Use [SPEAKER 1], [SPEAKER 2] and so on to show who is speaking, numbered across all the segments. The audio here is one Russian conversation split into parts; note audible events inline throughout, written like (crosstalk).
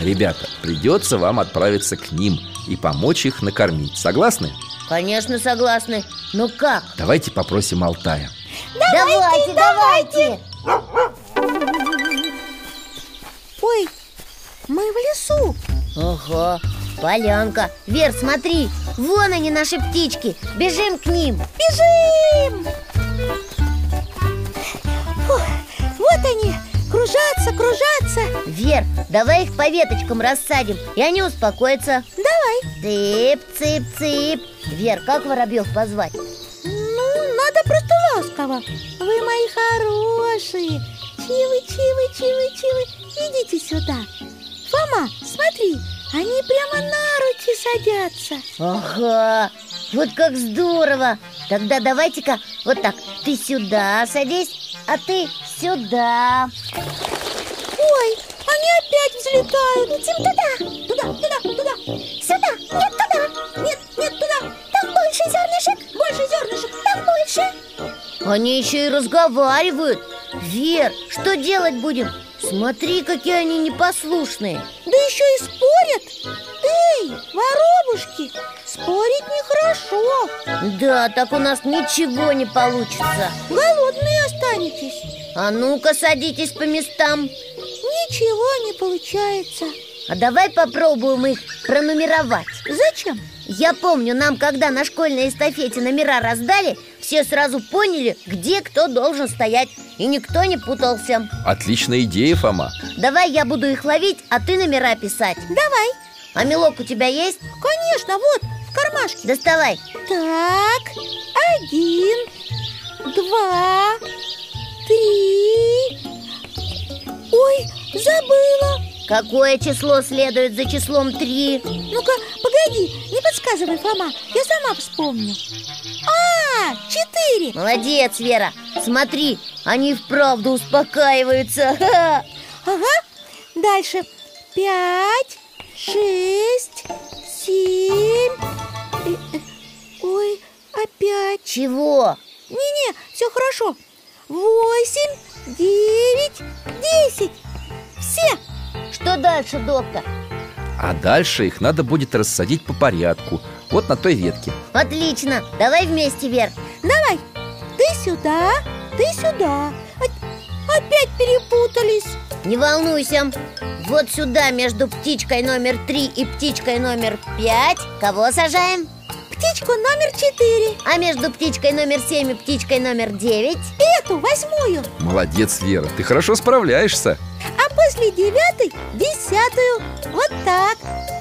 [SPEAKER 1] Ребята, придется вам отправиться к ним и помочь их накормить Согласны?
[SPEAKER 2] Конечно, согласны. Но как?
[SPEAKER 1] Давайте попросим Алтая
[SPEAKER 2] Давайте, давайте!
[SPEAKER 3] Ой, мы в лесу
[SPEAKER 2] Ого, полянка. Вер, смотри, вон они, наши птички. Бежим к ним.
[SPEAKER 3] Бежим! Фух, вот они, кружатся, кружатся
[SPEAKER 2] Вер, давай их по веточкам рассадим, и они успокоятся.
[SPEAKER 3] Давай
[SPEAKER 2] Цып, цып, цып. Вер, как воробьев позвать?
[SPEAKER 3] Ну, надо просто ласково Вы мои хорошие Чивы, чивы, чивы, чивы Идите сюда Фома, смотри, они прямо на руки садятся
[SPEAKER 2] Ага, вот как здорово Тогда давайте-ка вот так Ты сюда садись, а ты сюда
[SPEAKER 3] Ой, они опять взлетают Летим туда, туда, туда, туда Сюда, нет, туда Нет, нет, туда Там больше зернышек Больше зернышек, там больше
[SPEAKER 2] Они еще и разговаривают Вер, что делать будем? Смотри, какие они непослушные
[SPEAKER 3] Да еще и спорят Эй, воробушки, спорить нехорошо
[SPEAKER 2] Да, так у нас ничего не получится
[SPEAKER 3] Голодные останетесь
[SPEAKER 2] А ну-ка садитесь по местам
[SPEAKER 3] Ничего не получается
[SPEAKER 2] А давай попробуем их пронумеровать
[SPEAKER 3] Зачем?
[SPEAKER 2] Я помню, нам когда на школьной эстафете номера раздали Все сразу поняли, где кто должен стоять И никто не путался
[SPEAKER 1] Отличная идея, Фома
[SPEAKER 2] Давай я буду их ловить, а ты номера писать
[SPEAKER 3] Давай,
[SPEAKER 2] А мелок у тебя есть?
[SPEAKER 3] конечно, вот, в кармашке
[SPEAKER 2] Доставай
[SPEAKER 3] Так, один, два, три Ой, забыла
[SPEAKER 2] Какое число следует за числом 3?
[SPEAKER 3] Ну-ка, погоди, не подсказывай, Фома Я сама вспомню А, четыре
[SPEAKER 2] Молодец, Вера Смотри, они вправду успокаиваются (laughs) Ха-ха.
[SPEAKER 3] Ага, дальше Пять, шесть, семь э, э, Ой, опять
[SPEAKER 2] Чего?
[SPEAKER 3] Не-не, все хорошо Восемь, девять, десять Все
[SPEAKER 2] Что дальше, доктор?
[SPEAKER 1] А дальше их надо будет рассадить по порядку Вот на той ветке
[SPEAKER 2] Отлично, давай вместе, Вер
[SPEAKER 3] Давай, ты сюда, ты сюда О- Опять перепутались
[SPEAKER 2] Не волнуйся Вот сюда между птичкой номер 3 и птичкой номер 5 Кого сажаем?
[SPEAKER 3] Птичку номер четыре
[SPEAKER 2] А между птичкой номер 7 и птичкой номер 9
[SPEAKER 3] И эту, восьмую
[SPEAKER 1] Молодец, Вера, ты хорошо справляешься
[SPEAKER 3] А после девятой, десятую Вот так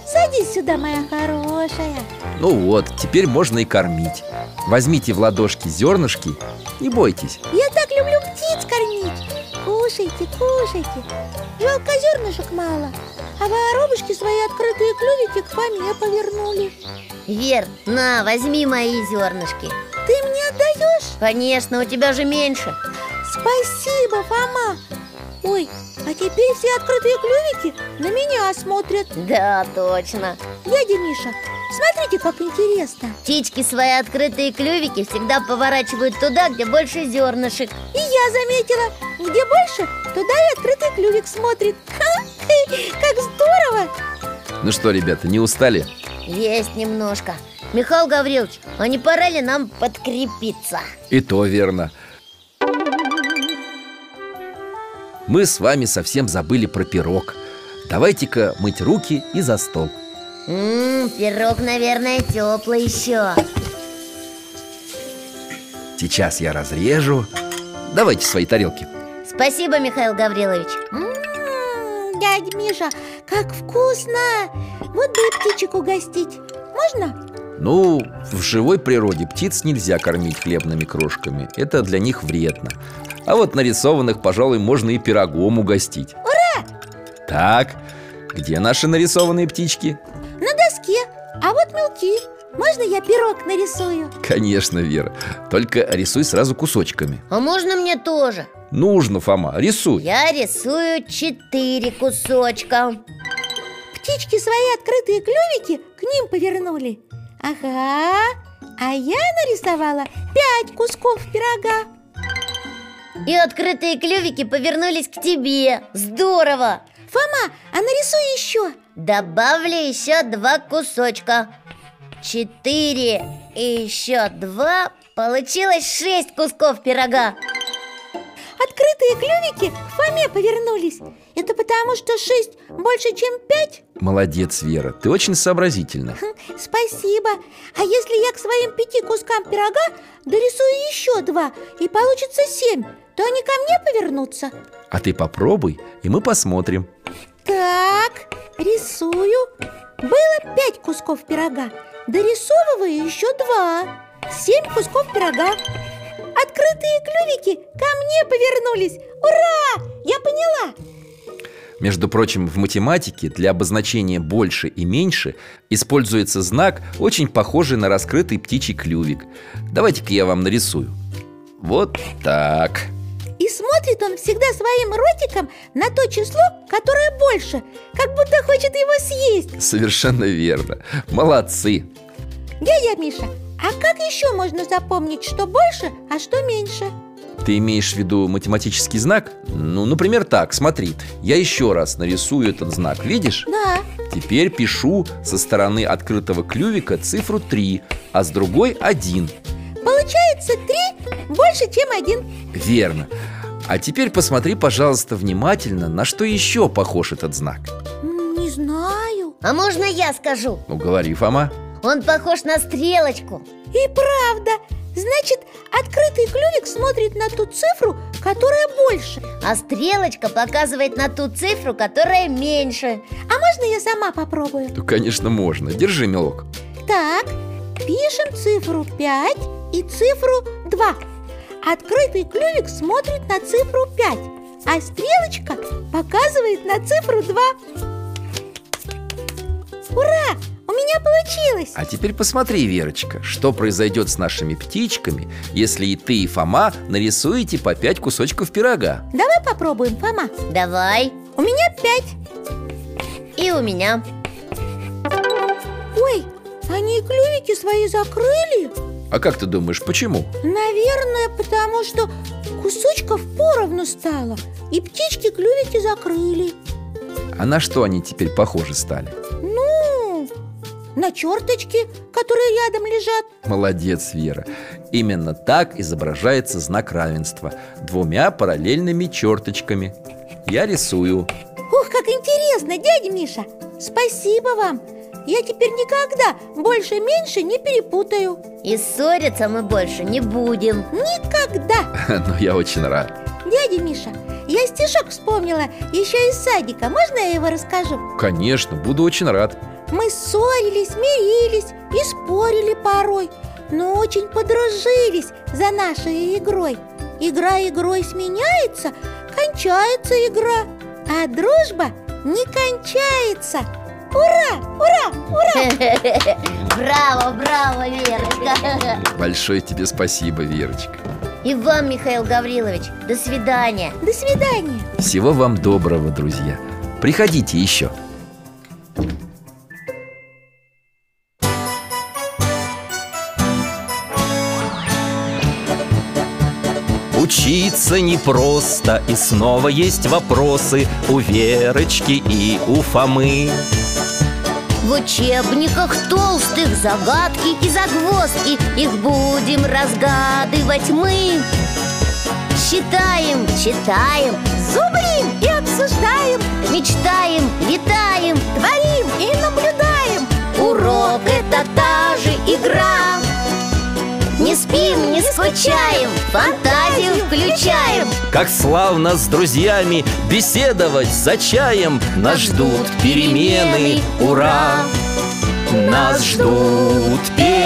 [SPEAKER 3] Садись сюда, моя хорошая
[SPEAKER 1] Ну вот, теперь можно и кормить Возьмите в ладошки зернышки, не бойтесь
[SPEAKER 3] Я так люблю птиц кормить Кушайте, кушайте Жалко зернышек мало А воробушки свои открытые клювики к фоме повернули
[SPEAKER 2] Вер, на, возьми мои зернышки
[SPEAKER 3] Ты мне отдаешь?
[SPEAKER 2] Конечно, у тебя же меньше
[SPEAKER 3] Спасибо, Фома Ой, а теперь все открытые клювики на меня смотрят
[SPEAKER 2] Да, точно
[SPEAKER 3] Дядя Миша, смотрите, как интересно
[SPEAKER 2] Птички свои открытые клювики всегда поворачивают туда, где больше зернышек
[SPEAKER 3] И я заметила, где больше, туда и открытый клювик смотрит (laughs) Ха, Как здорово!
[SPEAKER 1] Ну что, ребята, не устали?
[SPEAKER 2] Есть немножко Михаил Гаврилович, а не пора ли нам подкрепиться?
[SPEAKER 1] И то верно Мы с вами совсем забыли про пирог Давайте-ка мыть руки и за стол
[SPEAKER 2] Ммм, пирог, наверное, теплый еще
[SPEAKER 1] Сейчас я разрежу Давайте свои тарелки
[SPEAKER 2] Спасибо, Михаил Гаврилович
[SPEAKER 3] М, Дядя М-м, Миша, как вкусно! Вот бы и птичек угостить Можно?
[SPEAKER 1] Ну, в живой природе птиц нельзя кормить хлебными крошками Это для них вредно А вот нарисованных, пожалуй, можно и пирогом угостить Ура! Так, где наши нарисованные птички?
[SPEAKER 3] На доске А вот мелки Можно я пирог нарисую?
[SPEAKER 1] Конечно, Вера Только рисуй сразу кусочками
[SPEAKER 2] А можно мне тоже?
[SPEAKER 1] Нужно, Фома, рисуй
[SPEAKER 2] Я рисую четыре кусочка
[SPEAKER 3] Птички свои открытые клювики к ним повернули Ага, а я нарисовала пять кусков пирога
[SPEAKER 2] И открытые клювики повернулись к тебе Здорово!
[SPEAKER 3] Фома, а нарисуй еще
[SPEAKER 2] Добавлю еще два кусочка Четыре и еще два Получилось шесть кусков пирога
[SPEAKER 3] Открытые клювики к Фоме повернулись Это потому, что шесть больше, чем пять?
[SPEAKER 1] Молодец, Вера, ты очень сообразительна
[SPEAKER 3] Хм, (laughs) Спасибо А если я к своим пяти кускам пирога дорисую еще два И получится семь, то они ко мне повернутся
[SPEAKER 1] А ты попробуй, и мы посмотрим
[SPEAKER 3] Так, рисую Было пять кусков пирога Дорисовываю еще два Семь кусков пирога Открытые клювики ко мне повернулись Ура! Я поняла
[SPEAKER 1] Между прочим, в математике для обозначения «больше» и «меньше» используется знак, очень похожий на раскрытый птичий клювик Давайте-ка я вам нарисую Вот так
[SPEAKER 3] И смотрит он всегда своим ротиком на то число, которое больше Как будто хочет его съесть
[SPEAKER 1] Совершенно верно Молодцы
[SPEAKER 3] Дядя Миша, а как еще можно запомнить, что больше, а что меньше?
[SPEAKER 1] Ты имеешь в виду математический знак? Ну, например, так, смотри Я еще раз нарисую этот знак, видишь?
[SPEAKER 3] Да,
[SPEAKER 1] Теперь пишу со стороны открытого клювика цифру 3, а с другой 1.
[SPEAKER 3] получается три больше, чем один
[SPEAKER 1] Верно. А теперь посмотри, пожалуйста, внимательно, на что еще похож этот знак.
[SPEAKER 3] М, Не знаю
[SPEAKER 2] А можно я скажу?
[SPEAKER 1] Ну, говори, Фома.
[SPEAKER 2] Он похож на стрелочку
[SPEAKER 3] И правда, значит, открытый клювик смотрит на ту цифру, которая больше
[SPEAKER 2] А стрелочка показывает на ту цифру, которая меньше
[SPEAKER 3] А можно я сама попробую?
[SPEAKER 1] Ну, конечно, можно. Держи, мелок.
[SPEAKER 3] Так, пишем цифру 5 и цифру 2 Открытый клювик смотрит на цифру 5 А стрелочка показывает на цифру 2 Ура! У меня получилось!
[SPEAKER 1] А теперь посмотри, Верочка, что произойдет с нашими птичками, если и ты, и Фома нарисуете по 5 кусочков пирога.
[SPEAKER 3] Давай попробуем, Фома
[SPEAKER 2] Давай
[SPEAKER 3] У меня 5
[SPEAKER 2] И у меня
[SPEAKER 3] Ой, они и клювики свои закрыли
[SPEAKER 1] А как ты думаешь, почему?
[SPEAKER 3] Наверное, потому что кусочков поровну стало И птички клювики закрыли
[SPEAKER 1] А на что они теперь похожи стали?
[SPEAKER 3] Ну, на черточки, которые рядом лежат
[SPEAKER 1] Молодец, Вера. Именно так изображается знак равенства двумя параллельными черточками. Я рисую. (laughs)
[SPEAKER 3] Ух, как интересно, дядя Миша Спасибо вам Я теперь никогда больше-меньше не перепутаю
[SPEAKER 2] И ссориться мы больше не будем (laughs)
[SPEAKER 3] Никогда
[SPEAKER 1] Но я очень рад.
[SPEAKER 3] Дядя Миша, я стишок вспомнила еще из садика Можно я его расскажу?
[SPEAKER 1] Конечно, буду очень рад.
[SPEAKER 3] Мы ссорились, мирились и спорили порой Но очень подружились за нашей игрой Игра игрой сменяется, кончается игра, а дружба не кончается. Ура, ура, ура!
[SPEAKER 2] Браво, браво, Верочка
[SPEAKER 4] Большое тебе спасибо, Верочка
[SPEAKER 2] И вам, Михаил Гаврилович, до свидания
[SPEAKER 3] До свидания.
[SPEAKER 4] Всего вам доброго, друзья Приходите еще
[SPEAKER 1] Учиться непросто И снова есть вопросы У Верочки и у Фомы
[SPEAKER 2] В учебниках толстых загадки и загвоздки Их будем разгадывать мы Считаем, читаем,
[SPEAKER 3] Зубрим и обсуждаем,
[SPEAKER 2] мечтаем, летаем
[SPEAKER 3] творим и наблюдаем.
[SPEAKER 2] Урок это та же игра Не спим, не скучаем, фантазию включаем
[SPEAKER 1] Как славно с друзьями беседовать за чаем Нас ждут перемены, ура! Нас ждут перемены